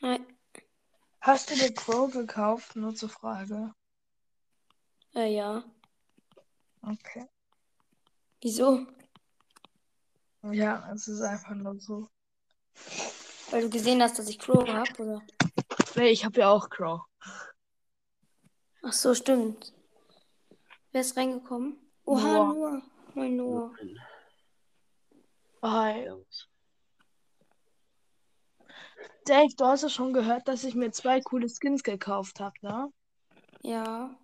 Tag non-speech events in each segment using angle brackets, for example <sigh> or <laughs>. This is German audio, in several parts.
Nein. Hast du dir Crow gekauft? Nur zur Frage. Äh, ja. Okay. Wieso? Ja, es ist einfach nur so. Weil du gesehen hast, dass ich Crow hab, oder? Nee, ich habe ja auch Crow. Ach so, stimmt. Wer ist reingekommen? Oha, Noah. Noah. Moin, Noah. Hi. Dave, du hast ja schon gehört, dass ich mir zwei coole Skins gekauft habe, ne? Ja.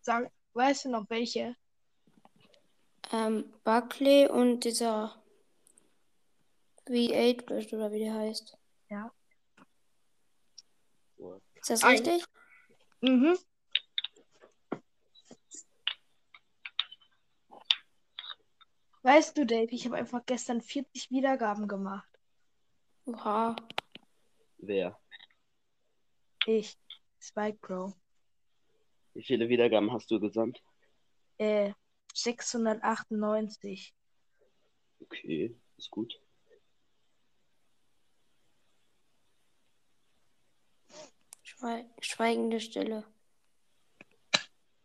Sag, weißt du noch welche? Ähm, Buckley und dieser V8 Bird, oder wie der heißt. Ja. Ist das Ein- richtig? Mhm. Weißt du, Dave, ich habe einfach gestern 40 Wiedergaben gemacht. Oha. Wer? Ich, Spike Bro. Wie viele Wiedergaben hast du gesamt? Äh, 698. Okay, ist gut. Schwei schweigende Stille.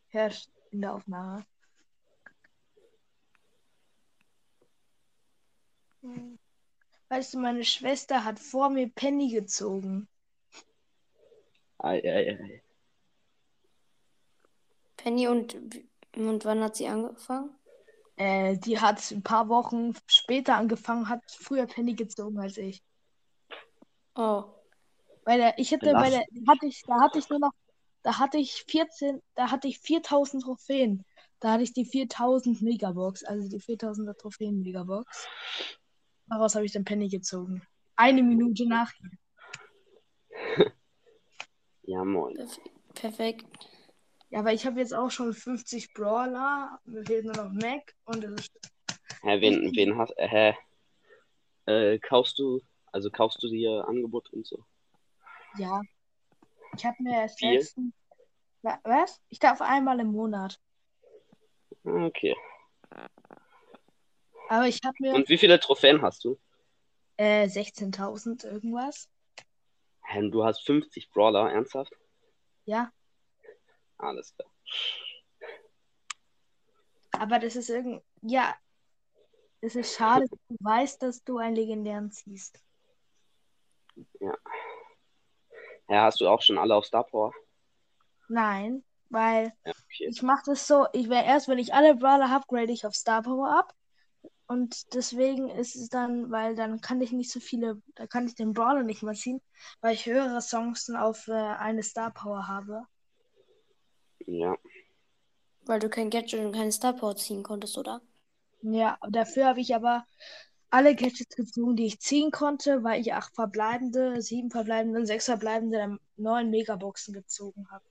herrscht in der Aufnahme. Hm. Weißt du, meine Schwester hat vor mir Penny gezogen. Ei, ei, ei. Penny und, und wann hat sie angefangen? Äh, die hat ein paar Wochen später angefangen, hat früher Penny gezogen als ich. Oh. Bei der, ich hatte bei der, hatte ich, da hatte ich nur noch, da hatte ich 14, da hatte ich 4000 Trophäen. Da hatte ich die 4000 Megabox, also die 4000er Trophäen Megabox. Daraus habe ich dann Penny gezogen. Eine Minute nach Ja, moin. Perf perfekt. Ja, aber ich habe jetzt auch schon 50 Brawler. Mir fehlt nur noch Mac und es ist Hä, wen, wen hast äh, hä? Äh, kaufst du, also kaufst du dir Angebot und so? ja. Ich habe mir erst Viel? letzten. Wa- Was? Ich darf einmal im Monat. Ah, Okay. Aber ich habe mir Und wie viele Trophäen hast du? äh, 16.000 irgendwas. Hä, du hast 50 Brawler, ernsthaft? Ja. Alles klar. Aber das ist irgend. Ja. Es ist schade, dass du weißt, dass du einen legendären ziehst. Ja, hast du auch schon alle auf Star Power? Nein, weil Okay. ich mache das so. Ich wäre erst, wenn ich alle Brawler habe, grade ich auf Star Power ab. Und deswegen ist es dann, weil dann kann ich nicht so viele, da kann ich den Brawler nicht mehr ziehen, weil ich höhere Chancen auf äh, eine Star Power habe. Ja. Weil du kein Gadget und keine Starport ziehen konntest, oder? Ja, dafür habe ich aber alle Gadgets gezogen, die ich ziehen konnte, weil ich acht verbleibende, sieben verbleibende und sechs verbleibende der neun Megaboxen gezogen habe.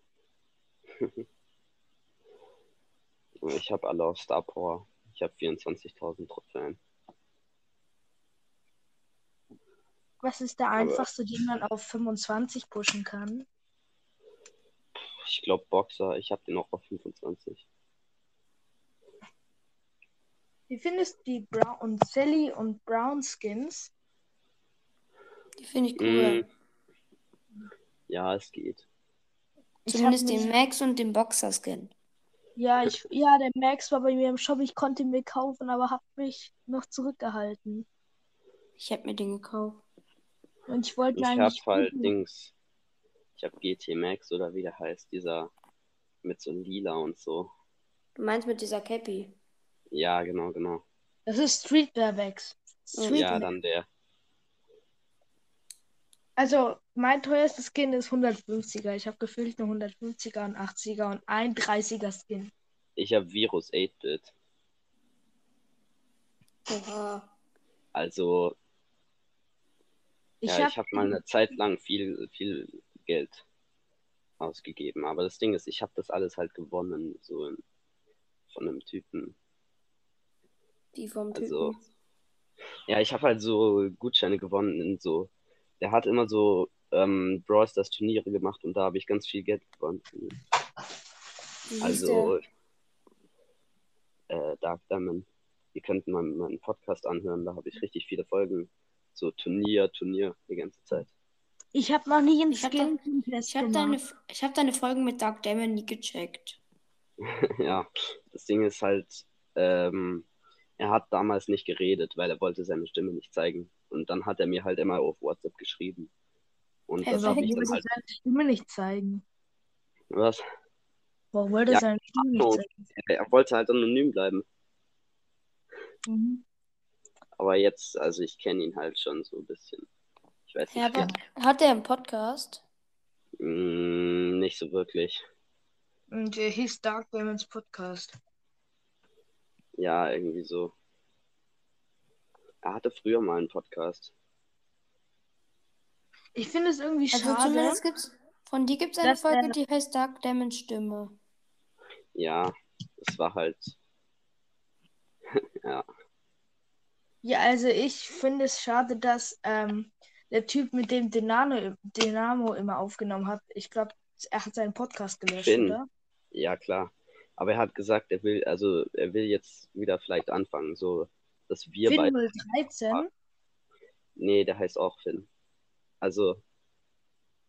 Ich habe alle auf Star Power. Ich habe 24.000 Trophäen. Was ist der einfachste, den man auf 25 pushen kann? Ich glaube Boxer, ich habe den auch auf 25. Wie findest du die Brown und Sally und Brown Skins? Die finde ich cool. Mm. Ja, es geht. Ich hab Zumindest mich- den Max und den Boxer-Skin. Ja, ich, ja, der Max war bei mir im Shop. Ich konnte ihn mir kaufen, aber habe mich noch zurückgehalten. Ich habe mir den gekauft. Und ich wollte Ich mir hab eigentlich. halt Dings. Ich hab GT Max oder wie der heißt, dieser mit so lila und so. Du meinst mit dieser Cappy? Ja, genau, genau. Das ist Streetwear Max. Street Ja, Max. dann der. Also, mein teuerstes Skin ist 150er. Ich habe gefühlt nur 150er und 80er und ein 30er Skin. Ich hab Virus 8-Bit. Oha. Also, Ich ja, hab, ich hab mal eine Zeit lang viel, viel Geld ausgegeben. Aber das Ding ist, ich hab das alles halt gewonnen, so in, von einem Typen. Die vom Typen. Also, Ja, ich habe halt so Gutscheine gewonnen in so. Der hat immer so ähm, Brawl Stars Turniere gemacht und da habe ich ganz viel Geld gewonnen. Wie hieß Also, äh, Dark Diamond. Ihr könnt mal meinen Podcast anhören, da habe ich richtig viele Folgen. So Turnier, Turnier die ganze Zeit. <laughs> Ich habe noch nie einen Ich hab Skill Contest Ich habe gemacht. deine, ich hab deine Folgen mit Dark Damon nie gecheckt. Ja, das Ding ist halt, ähm, er hat damals nicht geredet, weil er wollte seine Stimme nicht zeigen. Und dann hat er mir halt immer auf WhatsApp geschrieben. Und Hey, das Warum hat mich wollte dann halt. seine Stimme nicht zeigen? Was? <laughs> Warum wollte Ja, also- seine Stimme nicht so. zeigen? Er wollte halt anonym bleiben. Mhm. Aber jetzt, also ich kenne ihn halt schon so ein bisschen. Ich weiß Ja, nicht, aber hat er einen Podcast? wer- Mm, nicht so wirklich. Und er hieß Dark Demons Podcast. Ja, irgendwie so. Er hatte früher mal einen Podcast. Ich finde es irgendwie Also schade. zumindest gibt's von dir gibt es eine Das, Folge, äh, die heißt Dark Damon Stimme. Ja, es war halt. Ja, also ich finde es schade, dass ähm, der Typ mit dem Dynamo, Dynamo immer aufgenommen hat. Ich glaube, er hat seinen Podcast gelöscht, Finn. oder? Ja, klar. Aber er hat gesagt, er will, also er will jetzt wieder vielleicht anfangen, so dass wir beide. Finn 013. Nee, der heißt auch Finn. Also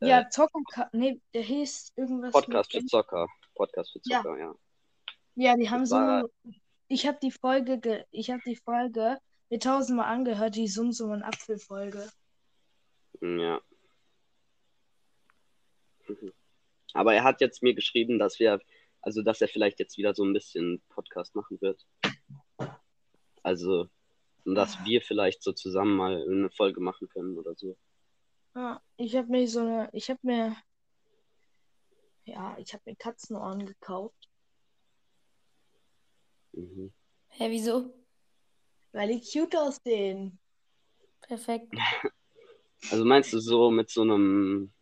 Äh, Ja, Zocker. Nee, der hieß irgendwas. Podcast für mit, Zocker. Podcast für Ja. Zocker, ja. Ja, die haben so. war- Ich habe die Folge, ge, ich habe die Folge mir tausendmal angehört, die Sumsum und Apfelfolge. Hm, Ja. Mhm. Aber er hat jetzt mir geschrieben, dass wir, also dass er vielleicht jetzt wieder so ein bisschen Podcast machen wird. Also, und dass wir vielleicht so zusammen mal eine Folge machen können oder so. Ja, ich habe mir so eine, ich habe mir, ja, ich habe mir Katzenohren gekauft, Mhm. Hä, wieso? weil die cute aussehen. Perfekt. Also meinst du so mit so einem,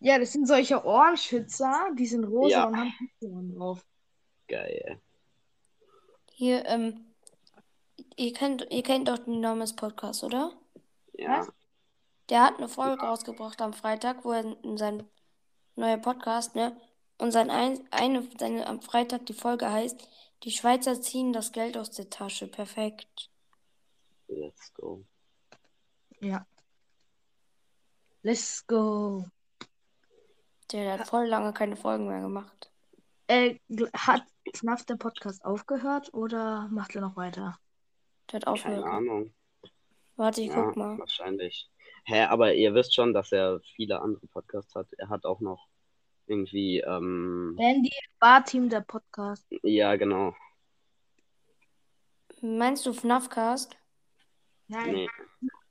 Ja, das sind solche Ohrenschützer, die sind rosa Ja. und haben Katzenohren drauf. geil, Hier, ähm, ihr kennt, ihr kennt doch den Normis Podcast, oder? ja. Was? Der hat eine Folge rausgebracht am Freitag, wo er in sein neuer Podcast, ne? Und sein ein, eine, seine am Freitag die Folge heißt, die Schweizer ziehen das Geld aus der Tasche. Perfekt. Let's go. Let's go. Der hat voll lange keine Folgen mehr gemacht. Äh, gl- hat Knaff der Podcast aufgehört oder macht er noch weiter? Der hat Keine aufgehört. Ahnung. Warte, ich Ja, guck mal. wahrscheinlich. Hä, aber ihr wisst schon, dass er viele andere Podcasts hat. Er hat auch noch irgendwie, ähm, Mandy, Barteam der Podcast. ja, genau. Meinst du FNAFcast? Nein, Nee,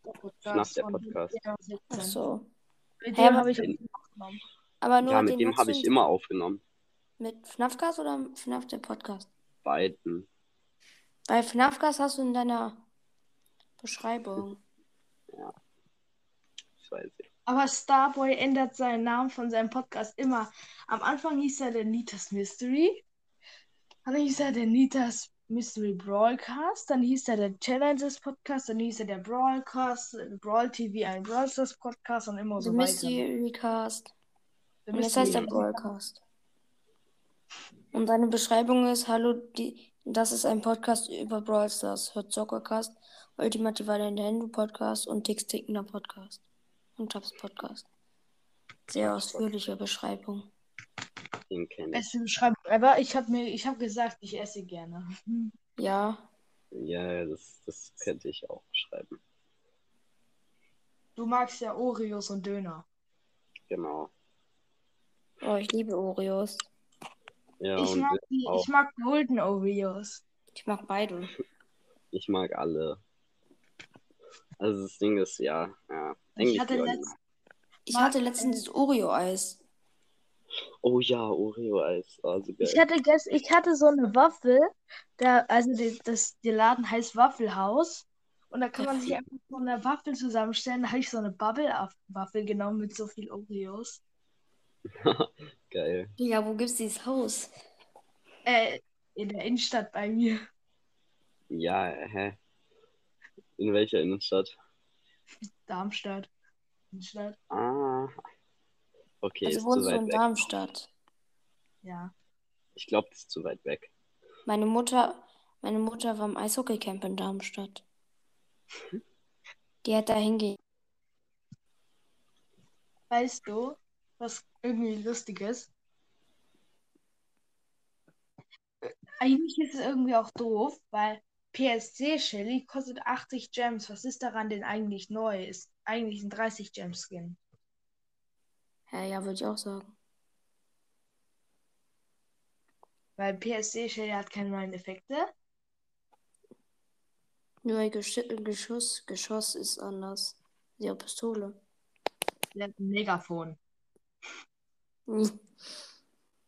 der FNAF Podcast. der von Podcast. 2017. Ach so. Mit Hä, dem aber- habe ich Den- aufgenommen. Aber nur Ja, den mit dem nutzt habe du ich in- immer aufgenommen. Mit FNAFcast oder FNAF der Podcast? Beiden. Bei FNAFcast hast du in deiner Beschreibung. Ich weiß nicht. Aber Starboy ändert seinen Namen von seinem Podcast immer. Am Anfang hieß er der Nitas Mystery. Dann hieß er der Nitas Mystery Broadcast. Dann hieß er der Challenges Podcast. Dann hieß er der Broadcast, Brawl TV, ein Brawl Stars Podcast und immer Also so weiter. Mysterycast. Der Und das heißt der Mystery- Broadcast. Und deine Beschreibung ist, hallo, die, das ist ein Podcast über Brawl Stars. Hört Zockercast, Ultimativer Nintendo Podcast und Ticks Tickender Podcast. Und Tabs Podcast. Sehr ausführliche Beschreibung. Den kenne ich. Beste Beschreibung ever. Ich habe mir, ich habe gesagt, ich esse gerne. <laughs> Ja, Ja, das, das könnte ich auch schreiben. Du magst ja Oreos und Döner. Genau. oh, ich liebe Oreos. Ja, ich, und mag die, auch. ich mag Golden Oreos. Ich mag beide. ich mag alle. Also das Ding ist, ja, ja. Ich Eigentlich hatte, die letzt, Original- Ich Mag- hatte letztens Oreo-Eis. Oh ja, Oreo-Eis. Also geil. Ich hatte gest ich hatte so eine Waffel, der, also die, das, der Laden heißt Waffelhaus. Und da kann man sich einfach so eine Waffel zusammenstellen. Da habe ich so eine Bubble-Waffel genommen mit so viel Oreos. Geil. Digga, wo gibt's dieses Haus? Äh, in der Innenstadt bei mir. Ja, hä? In welcher Innenstadt? Darmstadt. Innenstadt. Ah. Okay, Also ist zu wohnst du in weit weg. Darmstadt. Ja. Ich glaube, das ist zu weit weg. Meine Mutter, meine Mutter war im Eishockeycamp in Darmstadt. Die hat da hingehen. Weißt du, was irgendwie lustig ist? Eigentlich ist es irgendwie auch doof, weil PSC Shelly kostet 80 Gems. Was ist daran denn eigentlich neu? Ist eigentlich ein 30 Gem Skin. Ja, ja, würde ich auch sagen. Weil PSC Shelly hat keine neuen Effekte. Nur ihr Gesch Geschoss, Geschoss ist anders. Sie hat Pistole. Sie hat ein Megafon. Hm.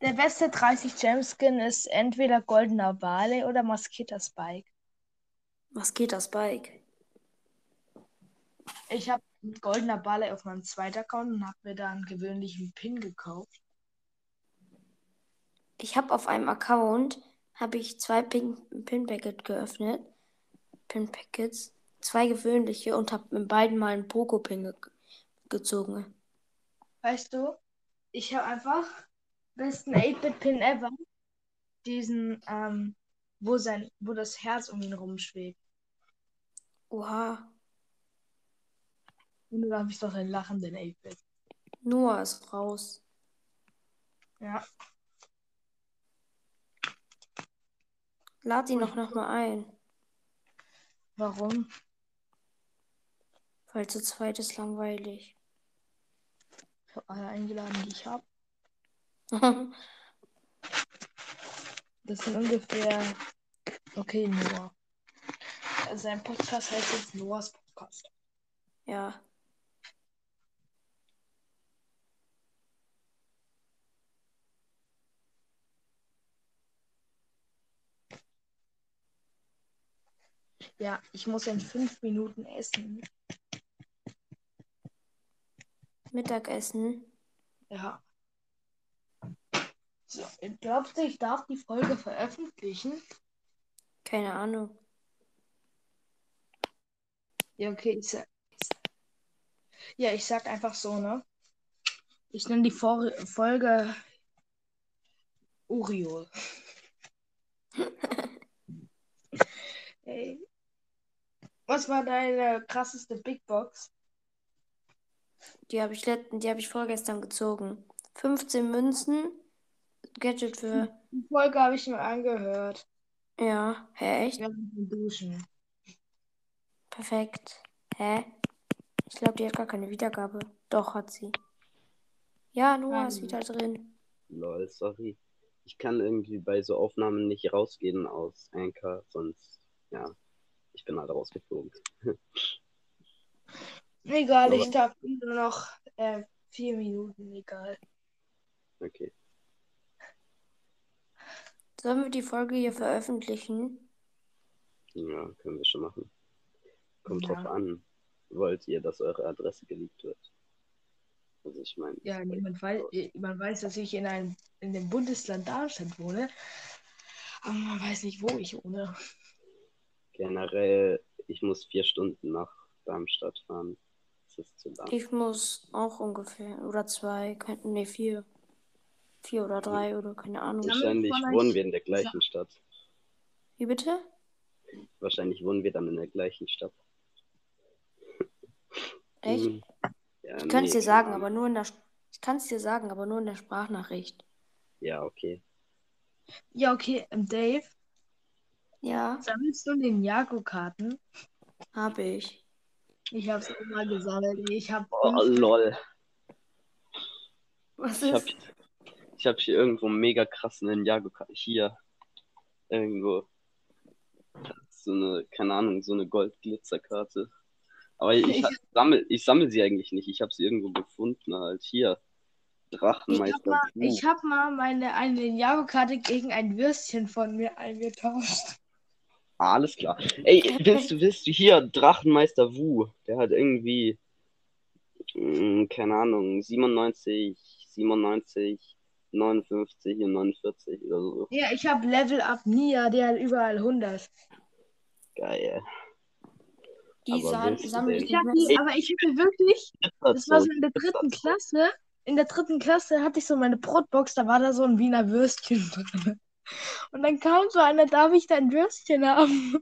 Der beste 30 Gem Skin ist entweder goldener Barley oder Masketa Spike. Was geht das Bike? Ich habe mit goldener Barley auf meinem zweiten Account und habe mir da einen gewöhnlichen Pin gekauft. Ich habe auf einem Account habe ich zwei Pin Packets geöffnet. Pin Packets, zwei gewöhnliche und habe mit beiden mal einen Poco Pin ge gezogen. Weißt du, ich habe einfach besten 8-Bit-Pin ever. Diesen, ähm, wo sein, wo das Herz um ihn rumschwebt. Oha, Und du habe ich doch einen lachenden 8-Bit. Noah ist raus. Ja. Lad ihn doch noch mal ein, Warum? weil zu zweit ist langweilig. <laughs> Ich habe alle eingeladen, die ich habe. Das sind ungefähr. Okay, Noah. Sein Podcast heißt jetzt Noahs Podcast. ja, Ja, ich muss in fünf Minuten essen. Mittagessen. Ja. So, glaubst du, ich darf die Folge veröffentlichen? Keine Ahnung. Ja, okay, ich sag. Ja, ich sag einfach so, ne? Ich nenne die Vor Folge Uriol. Ey. Was war deine krasseste Big Box? Die habe ich letzten, die habe ich vorgestern gezogen. 15 Münzen, Gadget für. Die Folge habe ich mir angehört. Hm. Ja, hä, echt? Ich werde duschen. Perfekt. Hä? Ich glaube, die hat gar keine Wiedergabe. Doch, hat sie. Ja, Noah ist Nein. wieder drin. Lol, sorry. Ich kann irgendwie bei so Aufnahmen nicht rausgehen aus Anchor, sonst, ja, ich bin halt rausgeflogen. Egal, Aber- ich darf nur noch äh, vier Minuten, egal. Okay. Sollen wir die Folge hier veröffentlichen? Ja, können wir schon machen. Kommt Ja. drauf an. Wollt ihr, dass eure Adresse geleakt wird? Also ich meine, Ja, niemand weiß, man weiß, dass ich in einem in dem Bundesland Darmstadt wohne. Aber man weiß nicht, wo ich wohne. generell, ich muss vier Stunden nach Darmstadt fahren. Das ist zu lang. Ich muss auch ungefähr. Oder zwei, kein, nee, vier. Vier oder drei oder keine Ahnung. Sammelt Wahrscheinlich vielleicht- wohnen wir in der gleichen Stadt. Wie bitte? Wahrscheinlich wohnen wir dann in der gleichen Stadt. Echt? Hm. Ja, Ich kann es nee, ähm, genau. dir sagen, keine aber Ahnung. nur in der ich kann es dir sagen, aber nur in der Sprachnachricht. Ja, okay. Ja, okay, ähm, Dave, Ja, sammelst du den Jago-Karten? habe ich. Ich hab's immer gesammelt. Ich hab Oh, lol. Was Ich habe ist? ich hab hier irgendwo einen mega krassen Ninjago. Hier. Irgendwo. So eine, keine Ahnung, so eine Goldglitzerkarte. Aber ich, Ich- ha- sammel, ich sammel sie eigentlich nicht. Ich habe sie irgendwo gefunden. Halt hier. Ich hab, Drachenmeister. mal, Buu. ich hab mal meine eine Jago-Karte gegen ein Würstchen von mir eingetauscht. Ah, alles klar. Ey, willst du, willst du hier Drachenmeister Wu? Der hat irgendwie, mm, keine Ahnung, 97, 97, 59 und 49 oder so. Ja, ich hab Level Up Nia, der hat überall 100. Geil. Die Aber Sa- willst du sammle denn? ich Ich hab nicht mehr. die, aber ich hatte wirklich Das war so in der Das war dritten so. Klasse. In der dritten Klasse hatte ich so meine Brotbox, da war da so ein Wiener Würstchen drin. Und dann kam so einer, darf ich dein Würstchen haben?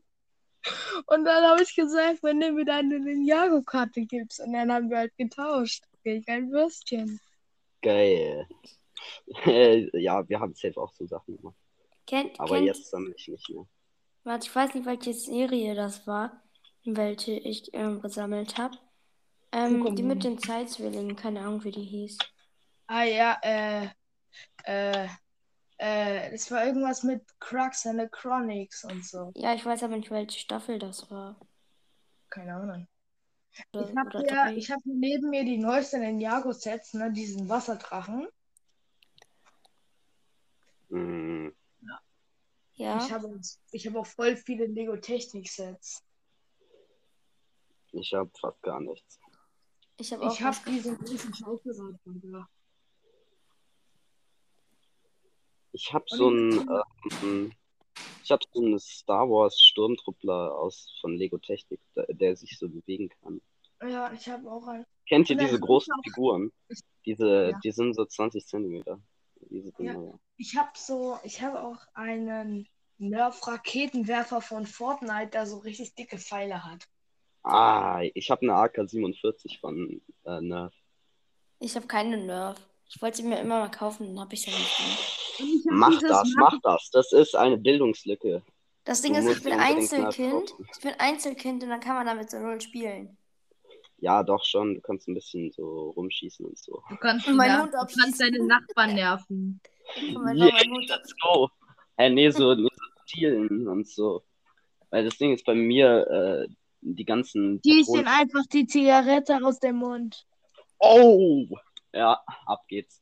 Und dann habe ich gesagt, wenn du mir deine Ninjago-Karte gibst. Und dann haben wir halt getauscht. kriege ein Würstchen. Geil. <laughs> ja, wir haben safe auch so Sachen gemacht. Kennt, Aber kennt, jetzt sammle ich nicht mehr. Warte, ich weiß nicht, welche Serie das war, welche ich ähm, gesammelt habe. Ähm, die Pokémon. mit den Zeitswillingen, keine Ahnung, wie die hieß. Ah ja, äh, äh, äh, das war irgendwas mit Crux and the Chronics und so. Ja, ich weiß aber nicht, welche Staffel das war. Keine Ahnung. Oder, Ich habe oder ja, drei. ich hab neben mir die neuesten Ninjago-Sets, ne, diesen Wasserdrachen. Mm, ja, Ich habe ich hab auch voll viele Lego-Technik-Sets. ich habe fast gar nichts. ich habe auch. Ich habe was- diesen großen Schaukelsagen gemacht. Ich habe Und so die ein, Kostüme. ähm, ich habe so einen Star Wars Sturmtruppler aus von Lego Technik, der, der sich so bewegen kann. Ja, ich habe auch einen. Kennt ihr Und dann diese hab ich großen auch- Figuren? Diese, Ja. die sind so 20 Zentimeter. Diese Ja. Dinger, ja. Ich habe so, ich habe auch einen Nerf-Raketenwerfer von Fortnite, der so richtig dicke Pfeile hat. Ah, ich habe eine AK-47 von äh, Nerf. Ich habe keine Nerf. Ich wollte sie mir immer mal kaufen, dann habe ich sie nicht. gemacht. Und ich hab Mach dieses das, mach das. Das ist eine Bildungslücke. Das Ding Du ist, ich musst bin unbedingt Nerf Einzelkind. kaufen. Ich bin Einzelkind und dann kann man damit so null spielen. Ja, doch schon. Du kannst ein bisschen so rumschießen und <laughs> so. Du kannst, Und mein nerven- Hund du abschießen. kannst deine Nachbarn nerven. Ich kann mein Yeah. mein Hund ab- Oh. Äh, nee, so, nee, so zielen und so. Weil das Ding ist bei mir, äh, die ganzen. Schieß Patronen- ihnen einfach die Zigarette aus dem Mund. Oh! Ja, ab geht's.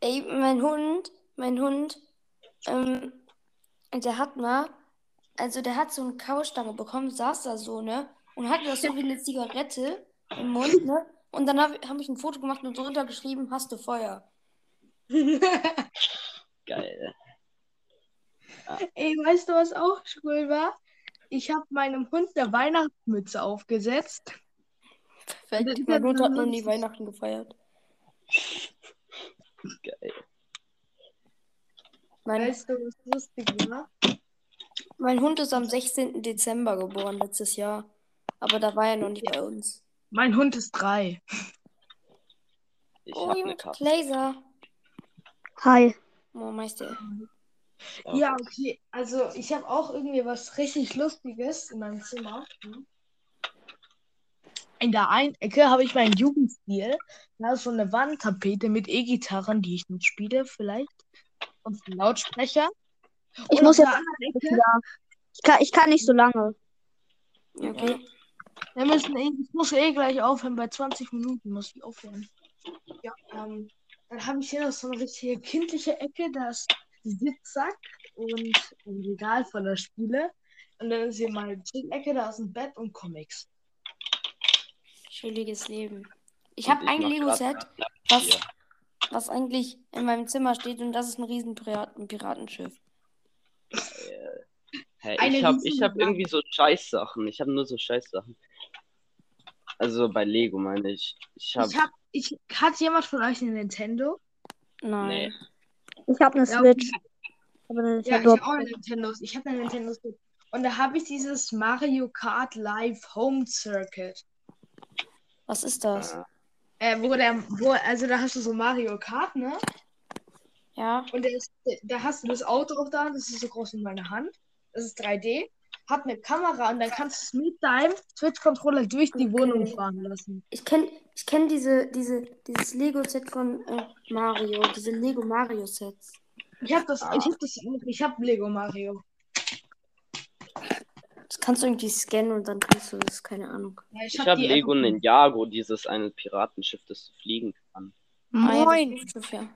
Ey, mein Hund, mein Hund, ähm, der hat mal, also der hat so eine Kaustange bekommen, saß da so, ne? Und hatte das so wie eine Zigarette im Mund, ne? Und dann habe hab ich ein Foto gemacht und drunter geschrieben, hast du Feuer. Geil. Ey, weißt du, was auch cool war? Ich habe meinem Hund eine Weihnachtsmütze aufgesetzt. Das Perfekt. ist Mein Hund hat noch nie lustig. Weihnachten gefeiert. Geil. Mein, Weißt du, was lustig war? mein Hund ist am 16. Dezember geboren, letztes Jahr. Aber da war er noch nicht bei uns. Mein Hund ist drei. Ich Oh, hab hier eine mit Karte. Laser. Hi. Oh, Meister. Ja, okay. Also, ich habe auch irgendwie was richtig Lustiges in meinem Zimmer. In der einen Ecke habe ich meinen Jugendstil. Da ist so eine Wandtapete mit E-Gitarren, die ich nicht spiele, vielleicht. Und ein Lautsprecher. Ich Und muss auf jetzt- der anderen Ecke Ja. Ich kann, ich kann nicht so lange. Okay. Wir müssen eh, ich muss eh gleich aufhören. Bei 20 Minuten muss ich aufhören. Ja, ähm, dann habe ich hier noch so eine richtige kindliche Ecke, da ist Sitzsack und ein Regal voller Spiele. Und dann ist hier meine Chill-Ecke, da ist ein Bett und Comics. Chilliges Leben. Ich habe ein mach Lego-Set, grad Nerf was hier. was eigentlich in meinem Zimmer steht und das ist ein riesen Piraten Piratenschiff. Hä, Eine ich habe riesige ich hab Wand. irgendwie so Scheißsachen. Ich habe nur so Scheißsachen. Also bei Lego meine ich. Ich habe Ich hab, ich, hat jemand von euch eine Nintendo? äh, Nein. Ich habe eine Ja, Switch. Aber eine Ja, ich Nintendo- habe auch eine Nintendo. Ich habe eine Nintendo Switch. Und da habe ich dieses Mario Kart Live Home Circuit. Was ist das? äh, Äh, wo der, wo, also da hast du so Mario Kart, ne? Ja. Und der ist, da hast du das Auto auch da, das ist so groß wie meine Hand. Das ist 3D, hat eine Kamera und dann kannst du es mit deinem Switch-Controller durch die Okay. Wohnung fahren lassen. Ich kenne ich kenn diese, diese, dieses Lego-Set von äh, Mario, diese Lego Mario-Sets. Ich habe das, Ah. ich habe das auch, ich habe Lego Mario. Das kannst du irgendwie scannen und dann kriegst du das, keine Ahnung. Ja, ich habe hab die Lego einfach- Ninjago, dieses eine Piratenschiff, das fliegen kann. Moin. Ah, ja, das ist ja.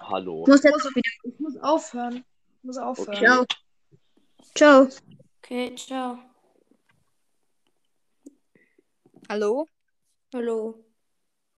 Hallo. Ich muss jetzt wieder. Ich muss aufhören. Ich muss aufhören. Okay. Ciao. Ciao. Okay, ciao. Hallo? Hallo.